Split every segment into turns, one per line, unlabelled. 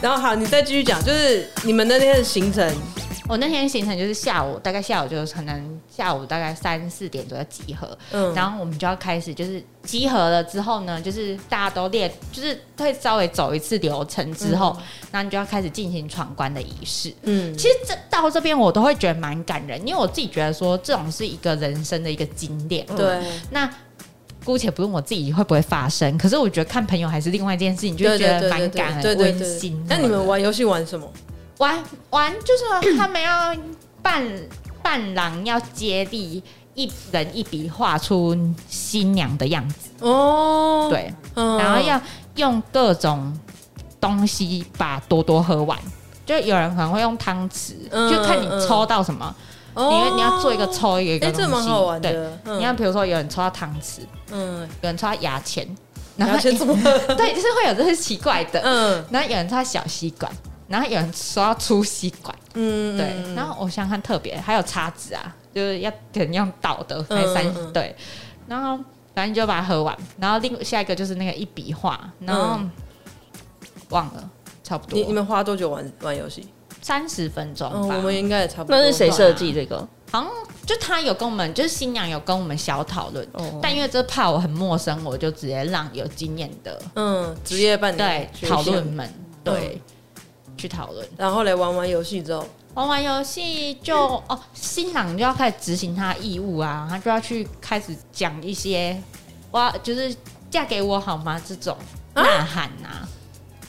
然后好，你再继续讲，就是你们那天的行程，
我那天行程就是下午，大概下午就是可能下午大概三四点左右集合，
嗯，
然后我们就要开始就是集合了之后呢，就是大家都列，就是会稍微走一次流程之后，那、你就要开始进行闯关的仪式。
嗯，
其实这到这边我都会觉得蛮感人，因为我自己觉得说这种是一个人生的一个经历。
对，
那姑且不用我自己会不会发生，可是我觉得看朋友还是另外一件事情，就
对
会觉
对
得
对
蛮
对
感
对对
人、
对
温
对
馨。
那你们玩游戏玩什么？
玩玩就是他们要伴伴郎要接力，一人一笔画出新娘的样子，
哦，
对，
嗯，
然后要用各种东西把多多喝完。就有人可能会用汤匙，
嗯
就看你抽到什么，
哦，
你你要做一个抽一个
哎，
东西，
这蛮好玩
对，
的。嗯
你看，比如说有人抽到汤匙，有
嗯，
人抽到牙签，
然
然后
后先 怎么喝？
对，就是会有这些奇怪的，
嗯
然后有人抽到小吸管，然后有人抽到粗吸管。
嗯，
对，然后我想想看特别，还有叉子啊，就是要怎样倒的，还有三、
嗯嗯嗯
对，然后反正就把它喝完，然后另下一个就是那个一笔画，然后、
嗯
忘了差不
你你
多
们花多久玩玩游戏？
三十分钟
嗯，
吧。
我们应该也差不多。
那是谁设计这个？
好像就他有跟我们，就是新娘有跟我们小讨论，
哦
但因为这怕我很陌生，我就直接让有经验的
嗯，职业伴侣
对
学习
讨论们
嗯
对、去讨论。
然后来玩玩游戏之后，
玩完游戏就哦，新郎就要开始执行他的义务啊，他就要去开始讲一些哇，就是嫁给我好吗这种呐喊啊，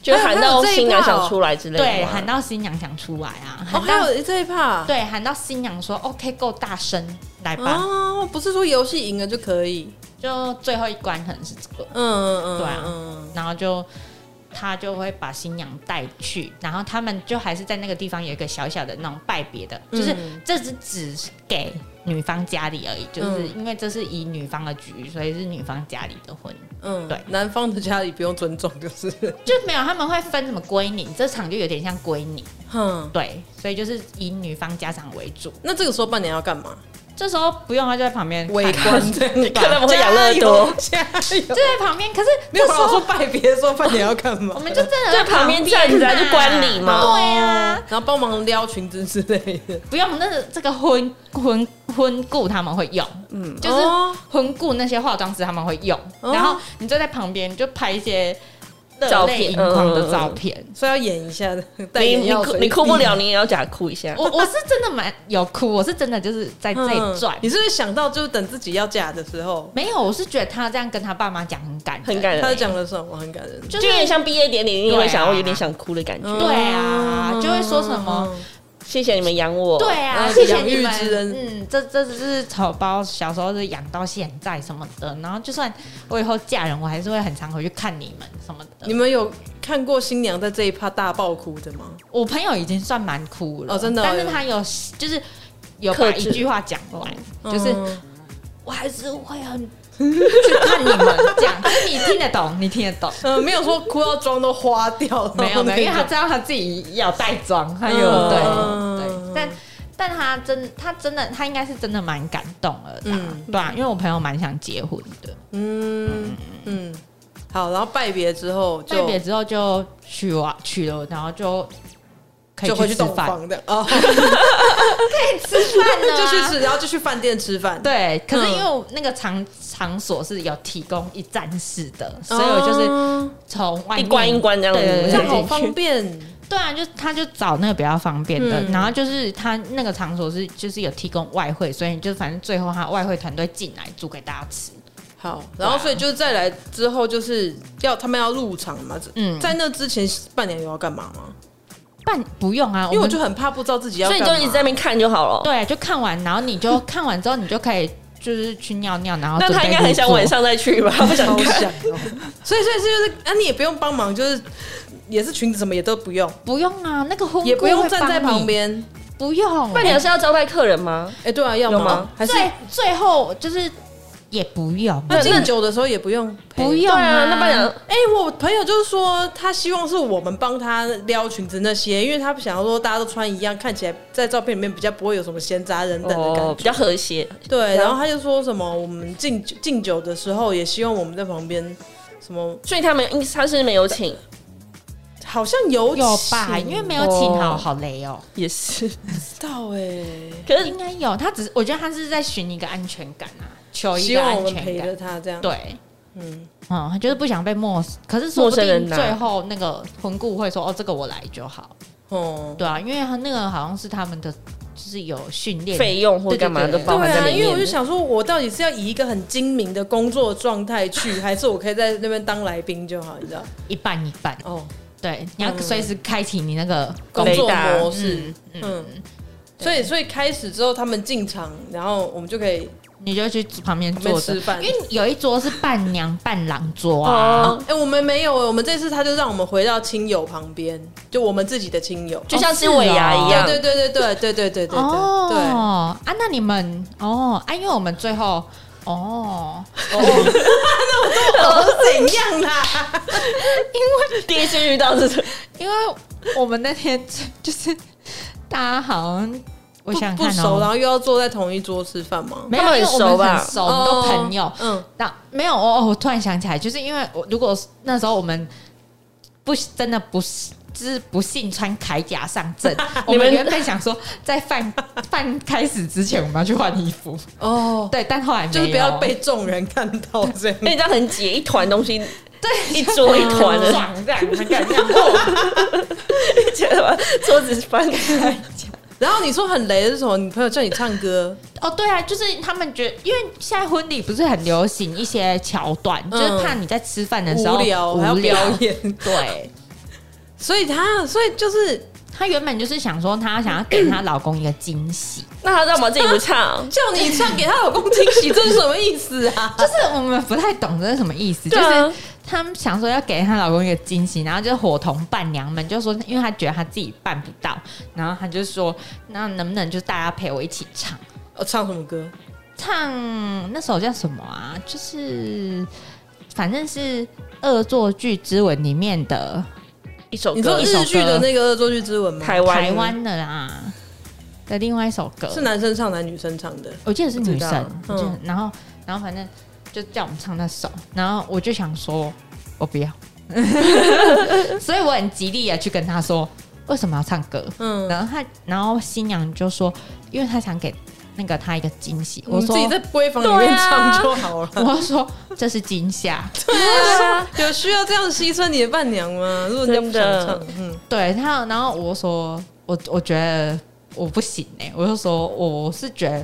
就喊到
还有这一
新娘
趴哦
想出来之类的吗。
对，喊到新娘想出来啊，
哦，
喊
还
到、
有这一趴，
对喊到新娘说 OK 够大声来吧，
哦，不是说游戏赢了就可以，
就最后一关可能是这个，
嗯嗯嗯，
对啊
嗯
然后就。他就会把新娘带去，然后他们就还是在那个地方有一个小小的那种拜别的，就是
嗯
这只只是给女方家里而已，就是
嗯
因为这是以女方的局，所以是女方家里的婚，
嗯，
对
男方的家里不用尊重 就是，
就没有他们会分什么归你，这场就有点像归你，
哼，
对，所以就是以女方家长为主。
那这个时候伴娘要干嘛？
这时候不用，他就在旁边
围
看
观这样，
看他们会养乐多，
加油！
就在旁边。可是
没有
这时
办法
候
说拜别的时候伴娘要干嘛？
我们就真的
在旁边站着啊
呐
就观礼嘛
对啊，
然后帮忙撩裙子之类的，
不用，那这个婚婚婚顾他们会用，嗯，就 是
哦
婚顾那些化妆师他们会用，
哦
然后你就在旁边就拍一些热
照
泪
片
盈眶的照片。
所以要演一下的。带
你
点
你
药
哭
水
你哭不了，你也要假哭一下。
我我是真的蛮有哭，我是真的就是在这
嗯
里转，
你是不是想到就是等自己要嫁的时候，
没有，我是觉得他这样跟他爸妈讲很感人，
很感人
他讲了什么很感人？
就
就有点
是。
像毕业典礼，你也会想要
对啊
有点想哭的感觉。
嗯
对啊就会说什么
嗯
谢谢你们养我，
对啊，
嗯
谢谢
养育
你们
之恩。
嗯，这这只是草包小时候是养到现在什么的，然后就算我以后嫁人，我还是会很常回去看你们什么的
你。们有看过新娘在这一趴大爆哭的吗？
我朋友已经算蛮哭了，
哦真的哦
但是他有就是有把
克制
一句话讲完，就是
嗯
我还是会很去看你们这样，就是你听得懂，你听得懂。哦
呃，没有说哭到妆都花掉，
没有没有，因为他
然后
知道他自己要带妆，他有
嗯
对对，但但他真他真的他应该是真的蛮感动了，嗯
嗯，
对啊，因为我朋友蛮想结婚的，
那个嗯嗯，好，然后拜别之后就
拜别之后就娶完娶了，然后就可以
就回
去
去
吃
洞
饭，
房的哦，
吃饭了
就去
啊。
吃，然后就去饭店吃饭，，
对，可是
嗯
因为我那个场场所是有提供一站式的，所以我就是从外面
一关一关这样子
对对对
哦这
对
样好方便，
对啊，就他就找那个比较方便的，
嗯
然后就是他那个场所是就是有提供外汇，所以你就反正最后他外汇团队进来煮给大家吃。
好，然后所以
啊
就再来之后就是要他们要入场嘛，
嗯
在那之前伴娘有要干嘛吗？
办不用啊，
因为我
们
就很怕不知道自己要
所
干
以
嘛，
你就一直在那边看就好了。
对，就看完，然后你就看完之后，你就可以就是去尿尿，然后
那他应该
啊准备
很想
入座
晚。上再去吧，他 不想
超
看。
想哦，所以所以这就是啊，你也不用帮忙，就是也是裙子什么也都不用，
不用啊，那个婚
也不
顾
用
会
站在
帮你
旁，边。
不用。
伴娘是要招待客人吗？
哎、对啊，要
有吗
还是
最最后就是也不用，啊
那哎敬酒的时候也不用陪
不用
对啊，那伴娘
哎、我朋友就是说，他希望是我们帮他撩裙子那些，因为他不想要说大家都穿一样，看起来在照片里面比较不会有什么闲杂人等的感
哦
觉。
比较和谐，
对，然后他就说什么，我们敬酒敬酒的时候也希望我们在旁边什么
所以他们应他是没有请，
好像有
有吧？
请
因为没有请好，
哦
好雷哦。
也是。
知道哎、
可是
应该有，他只是我觉得他是在寻一个安全感啊，求一
希
个
望我
安
们
全
陪
感
着。他这样。，
对，
嗯，
嗯，他就是不想被陌，可是说不
陌生人
定
拿
最后那个魂顾会说：“哦，这个我来就好。
哦”。
对啊，因为他那个好像是他们的，就是有训练
费用或干嘛
对对
都
对
包含
对
在
啊，
里面。
因为我就想说，我到底是要以一个很精明的工作状态去，还是我可以在那边当来宾就好？你知道？
一半一半。
哦，
对，你要
嗯
随时开启你那个
工
雷
作
达
模式，
嗯，
嗯。所以，所以开始之后，他们进场，然后我们就可以
你就去旁边
旁边
坐
吃
着，
饭。
因为有一桌是伴娘伴郎桌啊，
哦，
哎、我们没有，我们这次他就让我们回到亲友旁边，就我们自己的亲友。哦
就像吃尾牙一样，
对对对对对对对对对对
哦，啊，那你们哦，啊，因为我们最后哦，
对，怎样啦？
第一次遇到是
因为我们那天 就是大家好像我想
不
看
不熟，然
哦，
后又要坐在同一桌吃饭吗？
没有，
他们
因
很
为我
熟
们
吧
很熟，我们都朋友
哦。嗯，
那没有哦，我突然想起来，就是因为我如果那时候我们不真的不是。就是不幸穿铠甲上 阵，我
你
们
们
原本想说在饭 饭开始之前我们要去换衣服，
哦，
对，但后来没有
就是不要被众人看到这样
因。为这样很挤，一团东西，对，一桌一团的，
撞这样，很感觉
觉得把桌子翻开，
然后你说很雷的是什么？你朋友叫你唱歌，
哦，对啊，就是他们觉得，因为现在婚礼不是很流行一些桥段，就是怕你在吃饭的时候
无聊还要表演，
对，
所以他所以就是
她原本就是想说，她想要给她老公一个惊 喜，
那他干嘛自己不哦唱？
叫你唱给她老公惊喜，这是什么意思啊？
就是我们不太懂这是什么意思，就
对啊
是他们想说要给她老公一个惊喜，然后就伙同伴娘们就说，因为她觉得她自己办不到，然后她就说，那能不能就大家陪我一起唱？
哦，唱什么歌？
唱那首叫什么啊？就是反正是《恶作剧之吻》里面的
一首
你说
哦歌，
日剧的那个《恶作剧之吻》吗？
台湾
台湾的啦的另外一首歌，
是嗯男生唱还是女生唱的？
我记得是女
不知道
生，我记得然后然后反正就叫我们唱那首，然后我就想说，我 不要，所以我很极力的去跟他说为什么要唱歌，
嗯，
然后他然后新娘就说，因为她想给那个他一个惊喜，我
你嗯
说
自己在闺房里面唱就好了。
我说这是惊吓。
啊
有需要这样牺牲你的伴娘吗？如果人家不想唱，嗯，
对他，然后我说，我我觉得我不行哎、我就说我是觉得，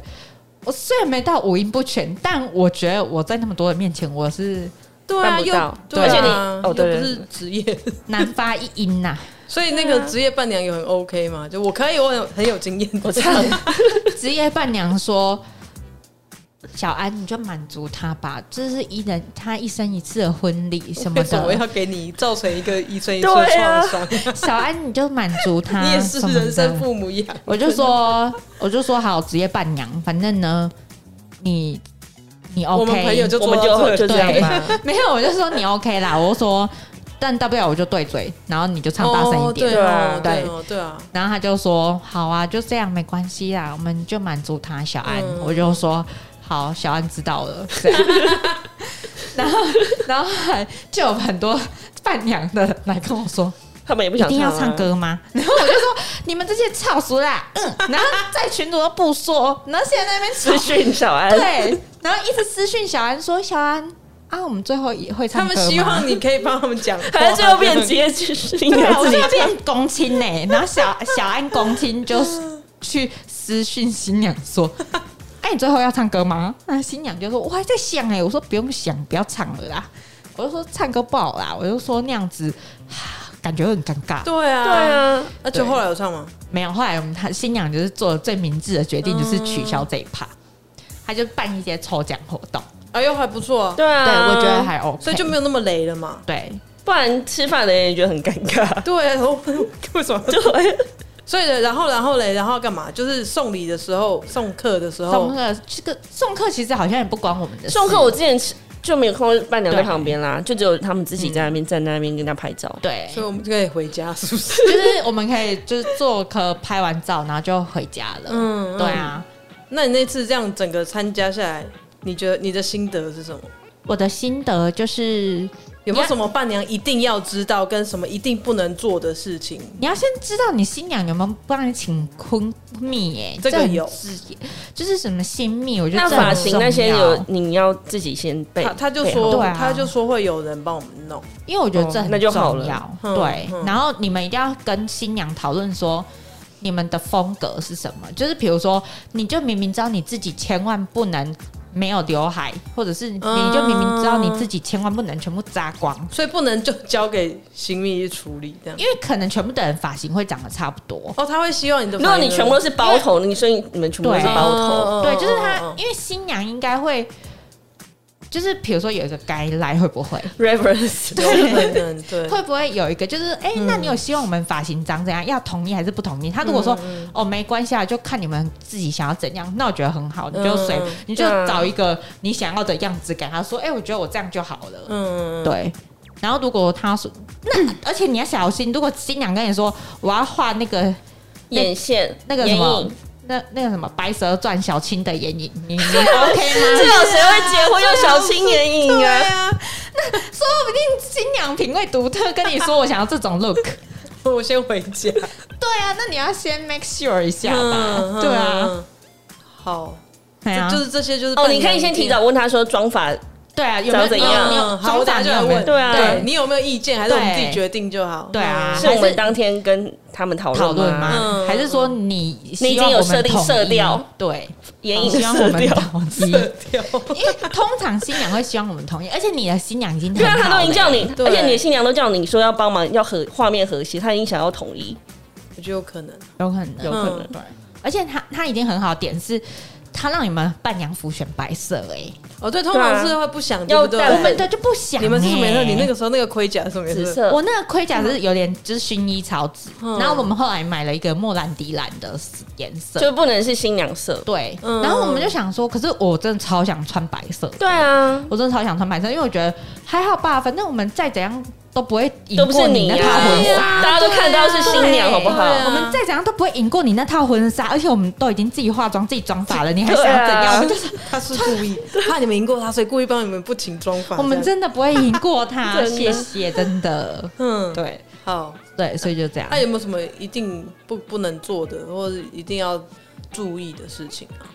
我虽然没到五音不全，但我觉得我在那么多人面前，我是
对啊，
办不
又
到
对
而且
你
啊，
哦
又
对
不是职业，
难发一 音呐、
所以那个职业伴娘也很 OK 嘛，就我可以，我很有很有经验，
我唱，
职业伴娘说：“小安，你就满足他吧，这是一人他一生一次的婚礼什么
为什么
的。
要给你造成一个一生一世
对啊
创伤？
小安，你就满足 他，
你也是
什么
人生
的
父母养，
我就说，我就说好，职业伴娘，反正呢，你你 OK，
我们朋友就
我
做
们
到
就
这
就这样吧。
没有，我就说你 OK 啦，我就说，但大不了我就对嘴，然后你就唱大声一点。
对哦
对啊
对哦对啊，
然后他就说：“好啊，就这样，没关系啦，我们就满足他。”小安，
嗯
我就说：“好，小安知 道了。”这样然后，然后后来就有很多伴娘的来跟我说
他们也不：“
一
想
定要
啊
唱，歌吗？”然后我就说：“你们这些操俗啦，嗯。”然后在群主都不说，然后现在在那边 吵
私讯小安，
对，然后一直私讯小安说：“小安啊，我们最后也会
他
唱歌
们
吗
希望你可以帮他们 讲话，
还是最后变直接去新
对啊，
娘
我
自己
就
唱。
变公亲呢、 然后小小安公亲就是去私讯新娘 说：“哎、你最后要唱歌吗？”那新娘就说：“我还在想哎、我说：“不用想，不要唱了啦。”我就说：“唱歌不好啦。”我就说：“那样子 啊感觉很尴尬。
对啊
对，啊，
那就后来有唱吗？”
没有，后来我们他新娘就是做了最明智的决定，就是
嗯
取消这一趴。他就办一些抽奖活动，
哎呦还不错啊，
对啊，
对我觉得，还 OK，
所以就没有那么雷了嘛。
对
不然吃饭的人也觉得很尴 尬。哎
对，然后为什么？
对，
所以呢，然后然后嘞，然后干嘛？就是送礼的时候，送客的时
送
候，
客这个送客其实好像也不关我们的事
送客我之前吃就没有看过伴娘在旁边啦，就只有他们自己在那边站在那边跟他拍照。
对，
所以我们就可以回家，是不 是？
就是我们可以就是做客拍完照，然后就回家了。
嗯
嗯，对啊，
那你那次这样整个参加下来，你觉得你的心得是什么？
我的心得就是
有没有
你要
什么伴娘一定要知道跟什么一定不能做的事情？
你要先知道你新娘有没有帮你请婚蜜哎、
这个
很
有
自己就是什么新蜜，我觉得
那
这很
发型
重
那些
要
有，你要自己先备。
他他就
备好
说，
对啊
他就说会有人帮我们弄。
因为我觉得这
哦
很
那就好
重要
了
嗯
对，
嗯
然后你们一定要跟新娘讨论说。你们的风格是什么？就是比如说，你就明明知道你自己千万不能没有刘海，或者是你
嗯
就明明知道你自己千万不能全部扎光，
所以不能就交给新密去处理这样。
因为可能全部的人发型会长得差不多。
哦，他会希望你的
如
反
果
应，
你全部都是包头，你所以你们全部都是
对啊
包头。
嗯
对，就是她，
嗯嗯嗯
因为新娘应该会，就是比如说有一个该来会不会？
reference
哦有可能对，嗯
会不会有一个就是，哎、那你有希望我们发型长怎样？要同意还是不同意？他如果
嗯
说、哦没关系啊，就看你们自己想要怎样，那我觉得很好，你就随、
嗯
你就找一个你想要的样子给他说，哎、我觉得我这样就好了。
嗯，
对。然后如果他说，那 而且你要小心，如果新娘跟你说我要画那个
眼线
那个
眼
什么啊
影，。
那那个什么《白蛇传》小青的眼影， 你你 OK 吗？
这有谁会结婚用小青眼影
对
啊？
啊，
说不定新娘品味独特，跟你说我想要这种 look。
我先回家。
对啊，那你要先 make sure 一下
嗯，
吧。对啊，
嗯，好，
对啊，
这就是这些就是
哦，
伴娘
你可以先提早问他说妆法，
对啊，有没有
长怎
你有
样
你有
嗯好我
妆
等
法你
下就来
有没有
问
对啊
对你有没有意见，还是我们自己
对
决定就好。
对啊
是 我们当天跟他们讨
讨
论
论
吗？
嗯
吗？还是说你
你已
希
经
望
有
我们
设定
统一
色调？
对，
眼影
哦希望我
色
们
调，
统 一。
色调，
因为通常新娘会希望我们同意，而且你的新娘已经
对啊，
很
他
好
都已
了
经叫你，
对
而且你的新娘都叫你说要帮忙，要和画面和谐，他已经想要统一，
我觉得有可能。
有可能，
有可能
嗯
对。
而且他他已经很好的点是，他让你们伴娘服选白色哎，
哦，对，通
对啊
常是会不想，对
要
不对？
带
我们的就不想
哎你们是什么颜色？
欸
你那个时候那个盔甲是什么颜
紫
色？
色。
我那个盔甲
嗯
是有点就是薰衣草紫，
嗯
然后我们后来买了一个莫兰迪蓝的颜色，
就不能是新娘色。
对，
嗯
然后我们就想说，可是我真的超想穿白色，
对啊，
我真的超想穿白色，因为我觉得还好吧，反正我们再怎样都不会赢
都不
过
是
你那
你啊
套婚
对
纱
啊。
大家都看到是新娘，
对
好不好？
对啊
我们再怎样都不会赢过你那套婚纱，而且我们都已经自己化妆、自己妆发了，你还想要怎
对啊
样？我就是
他是故意怕你们赢过他，所以故意帮你们不请妆法。
我们真的不会赢过他，
真的
谢谢，真 的。
这样嗯
对
好。
对，所以就这样
哎
那。有没有什么一定不不能做的，或者一定要注意的事情啊？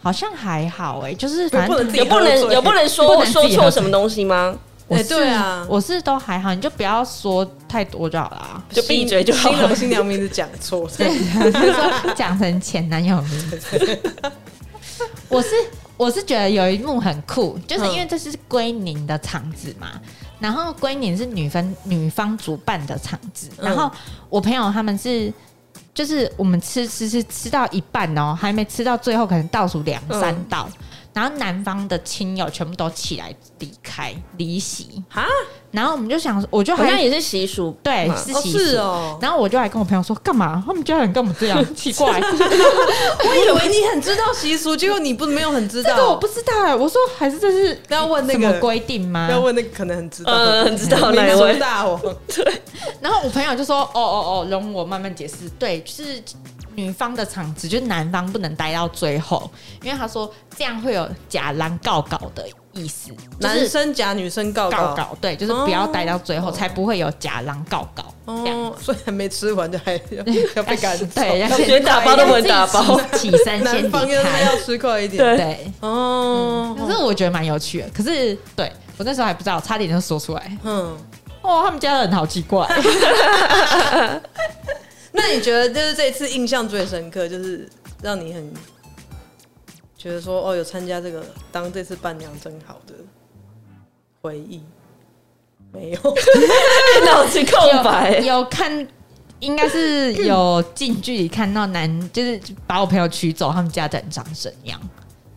好像还好哎、就是
不
反
能
正
自己
有不
喝
能
醉
有不能说
不能
我
自己
说
喝
错
醉
什么东西吗？
我
哎
是
对啊
我是都还好，你就不要说太多就好啦。
就闭嘴就好
新郎
了。
新娘名字讲错，
对， 就是 说讲成前男友名字。 我是我是觉得有一幕很酷，就是因为这是归宁的场子嘛，然后归宁是女方女方主办的场子，
嗯
然后我朋友他们是。就是我们吃吃吃吃到一半哦，还没吃到最后，可能倒数两三
嗯
道，然后男方的亲友全部都起来离开离席
哈，
然后我们就想，我就
好
还
像也是习俗 嘛，
对是
哦
习
是
俗
哦，
然后我就还跟我朋友说，干嘛？他们家人干嘛这样？奇
啊
怪，
我以为你很知道习俗，结果你不没有很知道。
这个我 不知道哎、我说还是这是
要问那
什么
个，
规定吗？
要问那个可能很知道。
嗯，知道哪
民
一
族
位？
大王，
然后我朋友就说：“哦哦哦，容我慢慢解释。对，就是女方的场子，就是男方不能待到最后，因为他说这样会有假狼告告的意思，
男生夹女生告
告
告。
告，对，就是不要待到最后，才不会有假狼告告。这样
哦，所以还没吃完就还要要被赶 走。
对，要先
连打包都不能打包
起起身先
南
离
方要
开。
要吃快一点。
对，
对，
哦，
可是我觉得蛮有趣的。可是对我那时候还不知道，差点就说出来。
嗯，
哦，他们家 人好奇怪。
那你觉得就是这一次印象最深刻，就是让你很觉得说哦，有参加这个当这次伴娘真好的回忆没 有？
脑子空白。
有看，应该是有近距离看到男，就是把我朋友娶走，他们家人长怎样？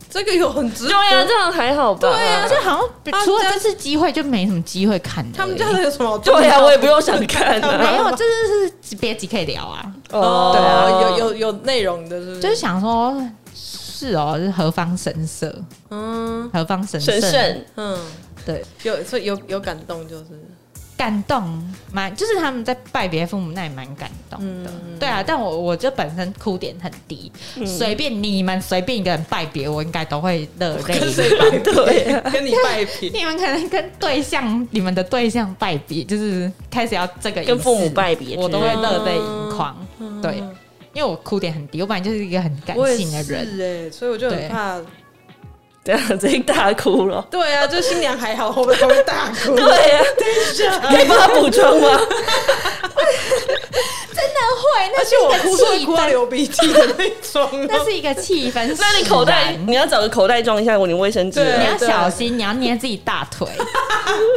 这个有很值
对啊，
得。
这样还好吧？
对啊，就好
啊
像除了这次机会，就没什么机会看了。
他们家人有什么？
对啊，我也不用想看
没
啊。
有，这就是别集可以聊啊，
哦，
对啊，
有有有内容的，是不是？
就是想说。是哦，是何方神社，
嗯
何方神
神
圣，
圣，
嗯，
对，
有所以有有感动，就是
感动，蛮就是他们在拜别父母，那也蛮感动的。对啊，但我我就本身哭点很低，随、便你们随便一个人拜别，我应该都会热泪。
跟谁拜别？ 跟你拜 别？
你们可能跟对象，你们的对象拜别，就是开始要这个仪式
跟父母拜别
我都会
之类
热泪盈眶。对，因为我哭点很低，我本来就是一个很感
我也
性的
是
人。
哎、所以我就
对
很怕。
这样啊直接大哭了。
对啊，就新娘还好，我们都会大 哭。
对呀、啊，可以帮他补妆吗？
会，
而
那
且我哭是会哭到流鼻涕的那种 哦。
那是一个气氛使然。
那你口袋你要找个口袋装一下我你卫生纸。
你
对
要小心，你要捏自己大 腿，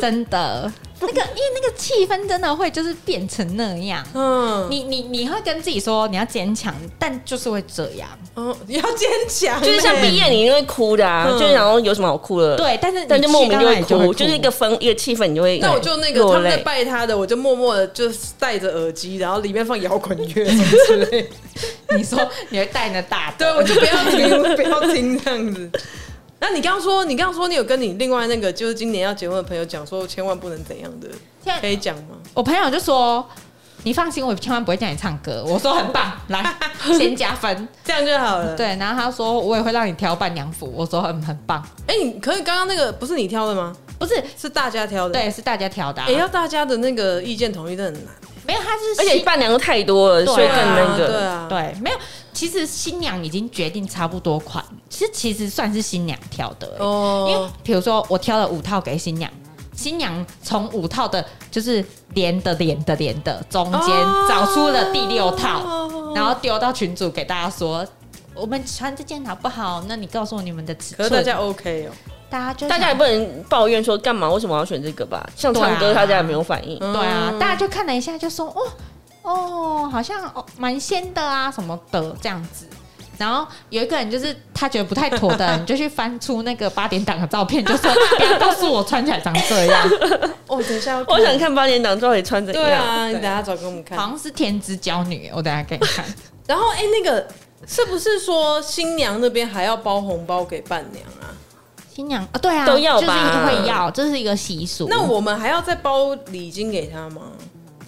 真的。那个，因为那个气氛真的会就是变成那样。
嗯，
你你你会跟自己说你要坚强，但就是会这样。
哦，你要坚强欸，
就是像毕业你一定会哭的啊，
嗯
就是然后有什么好哭的？，
对，但是
但
你
就
去
莫名
到那
会
里
哭，
会
就是一个氛一个气氛，你就会 哎
那我就那个
落
他们在
泪。
拜他的，我就默默的就是戴着耳机，然后里面放摇滚乐什么之类的。
你说你会带你的大腿
对，我就不要听，不要听这样子。 那你刚刚说，你刚刚说你有跟你另外那个就是今年要结婚的朋友讲说，千万不能怎样 的，
现在
可以讲吗？
我朋友就说：“你放心，我千万不会叫你唱歌。”我说：“很棒， 来先加分。
这样就好”了。，
对，然后他说：“我也会让你挑伴娘服。”我说：“很很棒，
哎、你可是刚刚那个不是你挑的吗？
不
啊
是
是大家挑的。
对，是大家挑的啊、
哎、要大家的那个意见统一真的很难。
没有，他是
而且
新
伴娘都太多了，
对啊
所以更那
对
个。
啊，
对没有。其实新娘已经决定差不多款，其实其实算是新娘挑的、欸因为
哦，
比如说我挑了五套给新娘，新娘从五套的就是连的连的连的中间
哦
找出了第六套，
哦
然后丢到群组给大家说。我们穿这件好不好？那你告诉我你们的尺
可是
寸。
大家 OK 哦，
大家就
大家也不能抱怨说干嘛，为什么要选这个吧？像唱
对啊
歌，大家也没有反应。
对啊，大家就看了一下，就说哦哦，好像哦蛮鲜的啊什么的这样子。然后有一个人就是他觉得不太妥的，你就去翻出那个八点档的照片，就 说不要告诉我穿起来长这样，
哦，等一下要看，
我想看八点档到底穿怎
对
样。
啊，你等一下找给我们看。
好像是天之娇女，我等一下给你看。
然后哎、诶那个是不是说新娘那边还要包红包给伴娘啊？
新娘啊，对啊，
都要
就是
吧
会要，这是一个习俗。
那我们还要再包礼金给她吗？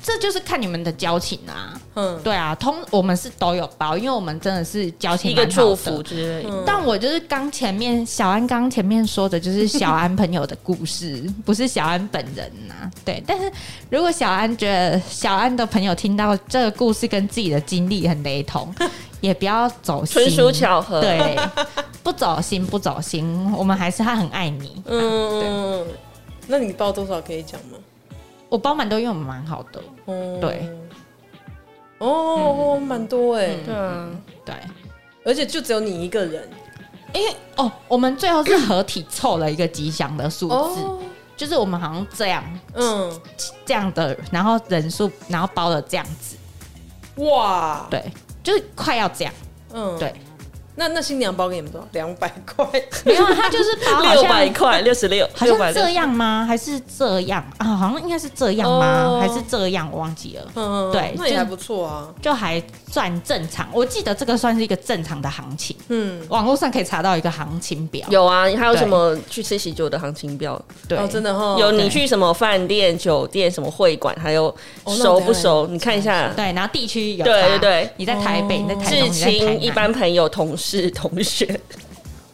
这就是看你们的交情啊，
嗯，
对啊，通我们是都有包，因为我们真的是交情
一个
蛮好的嗯
祝福之类的，
但我就是刚前面小安刚前面说的，就是小安朋友的故事，不是小安本人呐、 对，但是如果小安觉得小安的朋友听到这个故事跟自己的经历很雷 同，也不要走心，
纯属巧合。，
对，不走心不走心，我们还是他很爱你。
嗯，那你包多少可以讲吗？
我包蛮多，因为我们蛮好的，
哦，
对，
哦，蛮多哎，
对啊，
对。
而且就只有你一个人
哦，我们最后是合体凑了一个吉祥的数字，
哦，
就是我们好像这样
嗯，
这样的，然后人数，然后包了这样子，
哇，
对，就是快要这样。
嗯，
对。
那那新娘包给你们多少？两百块，
没有，啊他就是包好
六百
像
块，六十六，
好
六
像
百
这样吗？还是这样啊？好像应该是这样吗？
哦
还是这样？我忘记了，
嗯，
对
那也
就
还不错啊，
就还算正常。我记得这个算是一个正常的行情，
嗯，
网络上可以查到一个行情表。
有啊，还有什么去吃喜酒的行情表？
对，
哦，真的哈，
有你
对
去什么饭店、酒店、什么会馆，还有
那
哦
我
熟
等
不
下
熟，你看一下。
对，然后地区有
对
差
对对，
你在台北，
哦
你在台中，
至
你在台
亲、
南
一般朋友、同事、同学，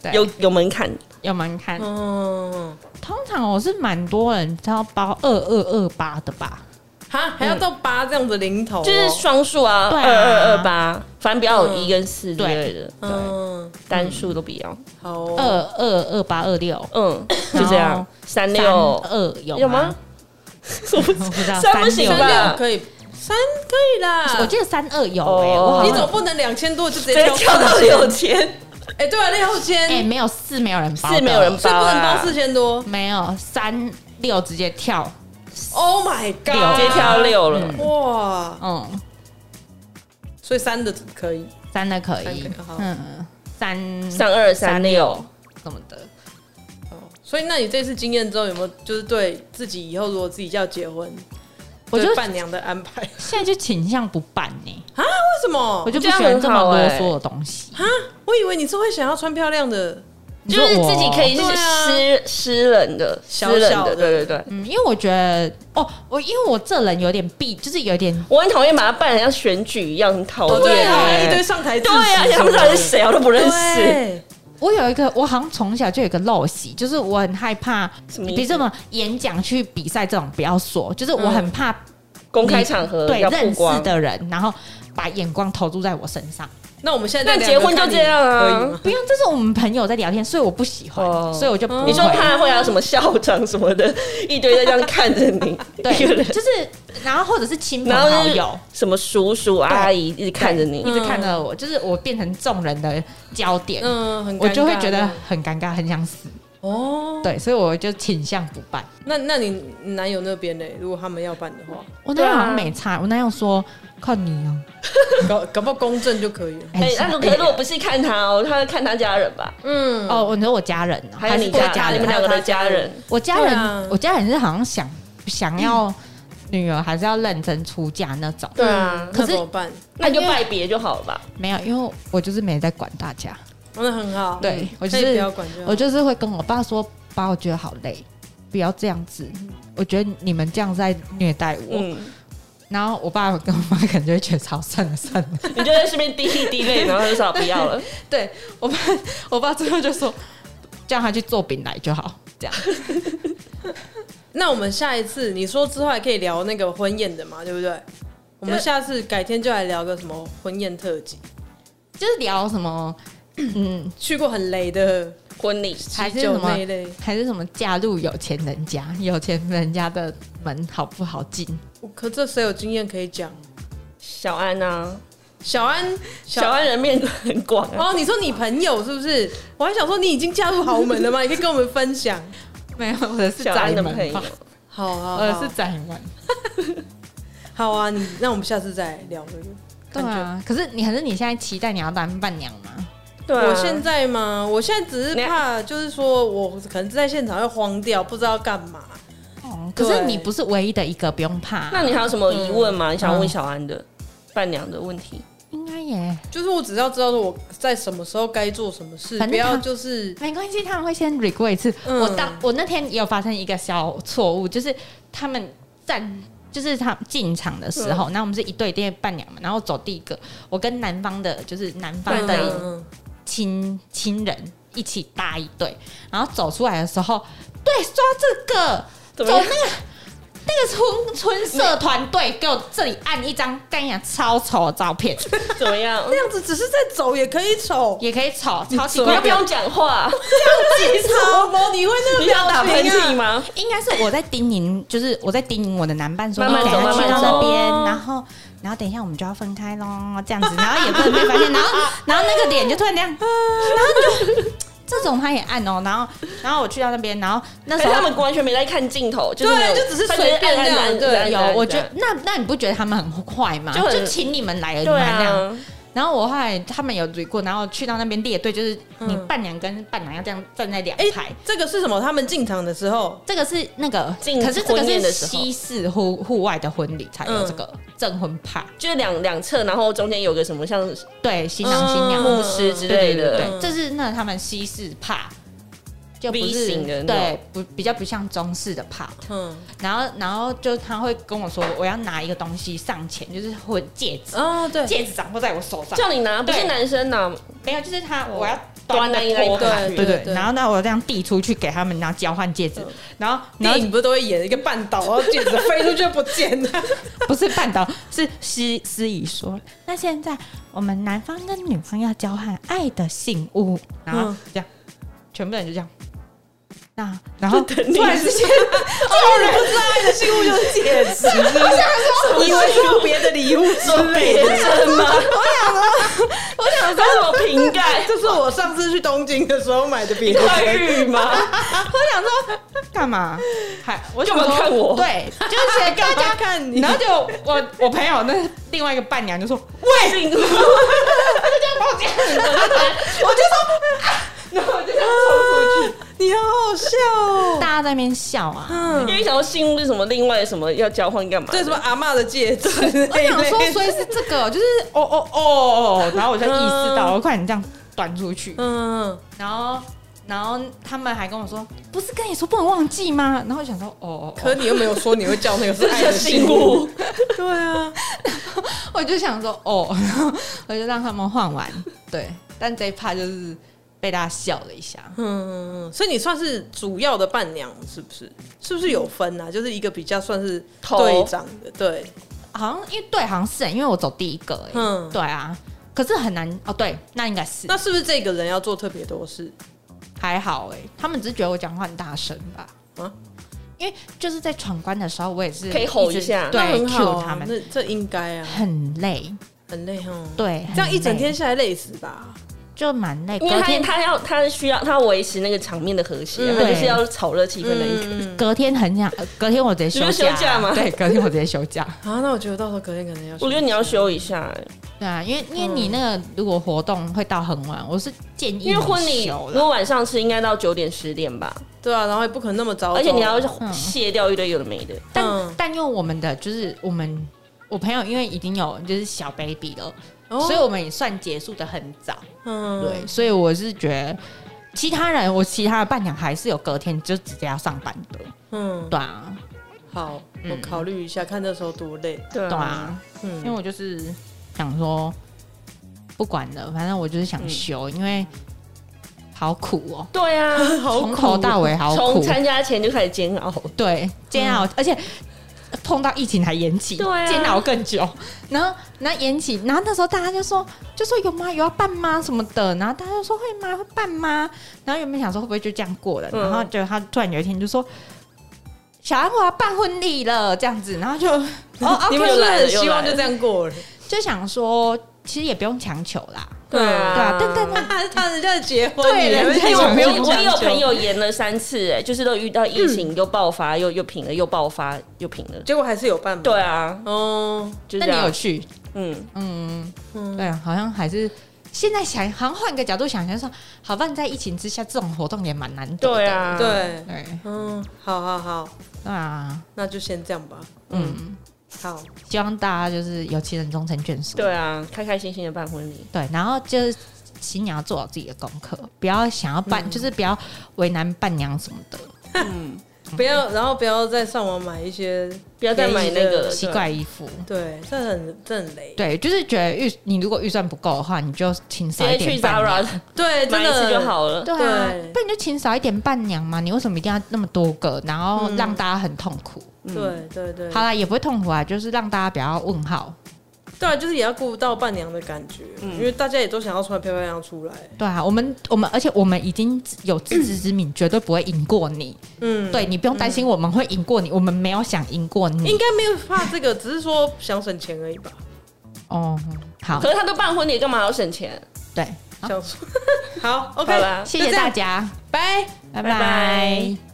对哦
有有门槛。
有门槛。
嗯，
通常我是蛮多人要包二二二八的吧？
哈，还要到八这样子零头哦，
就是双数啊，
对
二
啊
二二八，反正不要有一跟四之
对
类的，对，
嗯，
单数都不要。
好哦，
二二二八二六
嗯，就这
然后
样，三
三
六
二有
有
吗
吗？？
我不知道，
三不行
六
三
吧
六可以，三可以啦。
我记得三二有
嗯哦
哎、欸，我好
你
像
总不能两千多就直
直
接
接跳到
六
六？千，
哎，对啊，六千，
哎、没有四没有人包的，
是没有人
所以不能包
啊
四千多。
没有三六直接跳，
Oh my
六
god！
直接跳六啊了。
哇，
嗯，
所以三的可以，
三的可
三
以
个好，
嗯，三
三二三六，
什么的，
所以那你这次经验之后有没有就是对自己以后如果自己要结婚，
我就
对伴娘的安排？为
现在就倾向不办呢、
哦
什么
欸
我？就不喜欢这么啰嗦的东西。
我以为你是会想要穿漂亮的，
你
就
说
是
我
自己可以
对啊
湿湿冷的，湿
小小的
冷的，对对对。
嗯，因为我觉得哦，我因为我这人有点避，就是有点
我很讨厌把它办得像选举一样，很讨厌、
对啊，
欸
一堆上台致
对
辞
啊，而且他们到底是谁啊，我都不认识。
对
我有一个，我好像从小就有一个陋习，就是我很害怕，
什么意思嗯
比如这种演讲去比赛这种不要说，就是我很怕
公开场合
对
要曝
认识
光，
的人，然后把眼光投注在我身上。
那我们现在
那
在
结婚就这样
两个看你可以
啊
吗？
不用，这是我们朋友在聊天，所以我不喜欢，
哦
所以我就不会
你说他会有什么校长什么的，一堆在这样看着你，一个
对，
人，
就是然后或者是亲朋
然后
好
就是嗯
友。
什么叔叔阿姨一直看着你
一，直看着我，就是我变成众人的焦点，
嗯，很尴尬
我就会觉
这
得
样
很尴尬，很想死。
哦。
对，所以我就倾向不办。
那那你男友那边呢？如果他们要办的话，
我男友
对啊
好像没差，我男友说靠你哦、
搞搞不好公证就可以了。
哎，那如
很
可
吓
是我不是看他哦，他看他家人吧，
嗯，
哦，我你说我家人、哦，
还有
是
你
我
家
家
你
人
们，两个的家人，
我家人，
对啊
我家人是好像想想要女儿还是要认真出嫁那种，嗯
对啊，
那
可是
怎么办？
那你就拜别就好了吧。
没有，因为我就是没在管大家，
哦那很好，
对啊我
可
就
以
是
不要管就好。
我就是会跟我爸说，爸，我觉得好累，不要这样子，我觉得你们这样在虐待我，
嗯，
然后我爸跟我妈可能就会觉得超算了算了，
你就在身边滴一滴泪，然后就说不要了。
对我爸，我爸最后就说叫他去做饼来就好，这样，
那我们下一次你说之后还可以聊那个婚宴的嘛，对不对？我们下次改天就来聊个什么婚宴特辑，
就是聊什么，嗯。
去过很雷的
婚礼
还是
喜
什
酒
么
那一类。
还是什么嫁入有钱人家，有钱人家的门好不好进？
可这谁有经验可以讲？
小安啊，
小安，
小安人面很广啊。
哦，你说你朋友是不是？我还想说你已经嫁入豪门了吗？你可以跟我们分享。
没有，我的是
小安
宅
的朋
门
友
吧，，
好好好
我的是宅门。
呃好啊，你那我们下次再聊这个。
对
感
啊，可是你还是你现在期待你要当伴娘吗？
对啊，
我现在嘛，我现在只是怕，就是说我可能在现场会慌掉，不知道干嘛。
哦，可是
对
你不是唯一的一个，不用怕。
那你还有什么疑问吗？你想问小安的伴娘的问题？
应该也
就是我只要知道说我在什么时候该做什么事，
反正
不要
他
就是
没关系，他们会先 re 过一次。
嗯
我当我那天也有发生一个小错误，就是他们站。就是他进场的时候，那、我们是一对一对伴娘嘛，然后走第一个，我跟男方的，就是男方
嗯
的
嗯嗯
亲亲人一起搭一队，然后走出来的时候，对，抓这个，走
怎
那
么样
个那个纯纯社团队，给我这里按一张干呀超丑的照 片，
怎么样？
那样子，只是在走也可以丑。
也可以丑，超奇
你
怪，
又不用讲话，
你什么？哦你会那个
你想打喷嚏
吗？
吗？
应该是我在叮咛，就是我在叮咛我的男伴说，哦
慢慢
等一
走
下去到
慢慢
那
走
边，然后然后等一下我们就要分开喽，这样子，然后也不能被发现，然后 然后那个脸就突然这样，然 后就这种他也按哦，然后然后我去到那边，然后那时
哎，
候
他们完全没在看镜头，就是
啊
那种
对就只是
他
随便
按
这样
按按
对
按
有
按，
我觉得
按
那那你不觉得他们很坏吗？
就
就
很
请你们来了，你
对
们还那样。
啊，
然后我后来他们有追过，然后去到那边列队，就是你
嗯
伴娘跟伴郎要这样站在两
哎
排。
这个是什么？他们进场的时候，
这个是那个，
进
可是这个
婚宴
是
的时候
西式户户外的婚礼才有
嗯
这个证婚帕，
就是两两侧，然后中间有个什么像
对，新郎新
嗯
娘
牧师之
对
类
对对
的，
对，这是那他们西式帕，就不
V
是
型的那
对，不比较不像中式的帕。
嗯，
然后然后就他会跟我说，我要拿一个东西上前，就是婚戒指，
哦，
嗯
对，
戒指掌握在我手上，
叫你拿，不
对
是男生拿，
没有，就是他，
哦
我要
端
那
那一个
锅盘
对
对
对
对
对
然后呢，我这样递出去给他们，然后交换戒指
嗯，
然后
电
然后
影不是都会演一个半岛，然后戒指飞出去就不见了。
不是半岛，是司司仪说，那现在我们男方跟女方要交换爱的信物，然后
嗯
这样，全部人就这样。那然后
等你
突然之间，
哦，人不知道爱的信物就是戒指，以为是有别的礼物准备
别针吗？我想说，我想说什么瓶盖？
这是我上次去东京的时候买 的别
一
针。
块玉吗？
干嘛？还我
干嘛
想说
看我
对，就是现 在大
干嘛
家
看你
然后就我我朋友那另外一个伴娘就说，
喂，幸福
你好好笑哦！
大家在那边笑啊，
嗯，
因为想要信物是什么？另外什么要交换干嘛？
这是什么阿嬷的戒指？
我 想说，所以是这个，就是哦哦哦哦，然后我就意识到，
嗯
我快点这样端出去，
嗯，
嗯然后然后他们还跟我说，不是跟你说不能忘记吗？然后我想说，哦，哦
可
哦
你又没有说你会叫那个 是爱的信物，对啊，
我就想说，哦， 然后我就让他们换完。对，但这一趴就是被大家笑了一下。
嗯，所以你算是主要的伴娘是不是？是不是有分啊？就是一个比较算是
头
队长的，对，
好像因为对，好像是、因为我走第一个、欸，
嗯
对啊，可是很难哦，对，那应该是
那是不是这个人要做特别多事？
还好哎、欸他们只是觉得我讲话很大声吧，
啊
因为就是在闯关的时候，我也是
可以吼
直
一下
那
对
很好
Q
啊
他们
那这应该啊，
很累，
很累哦。
对，
这样一整
很累
天下来累死吧？
就蛮累，
因为
隔
他
天
他要他需要他维持那个场面的和谐，啊
嗯
他就是要炒热气氛的一个。
嗯
隔天很想，呃隔天我直接
你不是
假，
休假吗
对，隔天我直接休 假。
啊，那我觉得到时候隔天可能要去，
我觉得你要休一下、
对啊，因为因为你那个如果活动会到很晚，我是建议
因
你
为婚礼
嗯
休
如
啦
果晚上吃，应该到九点十点吧，
对啊，然后也不可能那么早走，啊
而且你要
嗯
卸掉一堆有的没的。
但、
嗯
但因为我们的就是我们我朋友因为已经有就是小 baby 了，
哦，
所以我们也算结束的很早。
嗯
对，所以我是觉得其他人我其他的伴娘还是有隔天就直接要上班的。
嗯，
对啊，
好，我
嗯
考虑一下，看那时候多累，
对
对，啊，因为
嗯，
我就是想说不管了，反正我就是想休，因为好苦哦、
对啊，
好
从头
苦
到尾好
从
苦，
参加前就开始煎熬。
对，煎熬，而且碰到疫情还延期，
嗯对啊
煎熬更久。然后，然后延期，然后那时候大家就说，就说有吗？有要办吗？什么的。然后大家就说会吗？会办吗？然后原本想说会不会就这样过了，
嗯
然后就他突然有一天就说。小安，我要办婚礼了，这样子，然后就 哦
你们
，OK，
啊是不
又
是
来
很
了
希
又来
望
了
就这样过了？
就想说，其实也不用强求啦，
对
对啊
啊，，
但但但
啊，他人家结婚，
对
你还
人家
会
结婚
不
我
用
我也
讲
有
究
朋，友延了三次、哎，就是都遇到疫情又爆发，又又平了，又爆发又平了。
结果还是有办吗？
对，啊，
哦，
就
那
是
你
这
有
样。
去？
嗯，
嗯，
嗯
对，好像还是现在想，好像换个角度想，想说，好吧，在疫情之下，这种活动也蛮难得的。
对，啊，，
对，
对，
嗯，好好好，
对啊，
那就先这样吧，
嗯，
好，
希望大家就是有情人终成眷属。
对啊，开开心心的办婚礼。
对，然后就是新娘要做好自己的功课，不要想要
嗯
伴，就是不要为难伴娘什么的，
不要，然后不要再上网买一些，
不要再买那个了
奇怪衣服。
对，这很这很雷，
对，就是觉得预你如果预算不够的话，你就请
直
少一
接
点
去
伴娘
Zara
对，真
买一次
的
就，好了。
对啊，
对
不然你就请少一点伴娘嘛。你为什么一定要那么多个，然后
嗯
让大家很痛苦？
对对对，
好啦，也不会痛苦啊，就是让大家不要问号。
对啊，就是也要顾到伴娘的感觉，因为大家也都想要穿漂漂亮亮出来，
对啊，我们我们而且我们已经有自知之明，绝对不会赢过你。
嗯，
对你不用担心我们会赢过你，我们没有想赢过
应
你。
该没有怕这个，只是说想省钱而已吧，
哦，好
可，是他都办婚礼，干嘛要省钱？
对，好
想说，好
好
，OK，
啦
谢谢大家，
拜。
拜
拜
拜
拜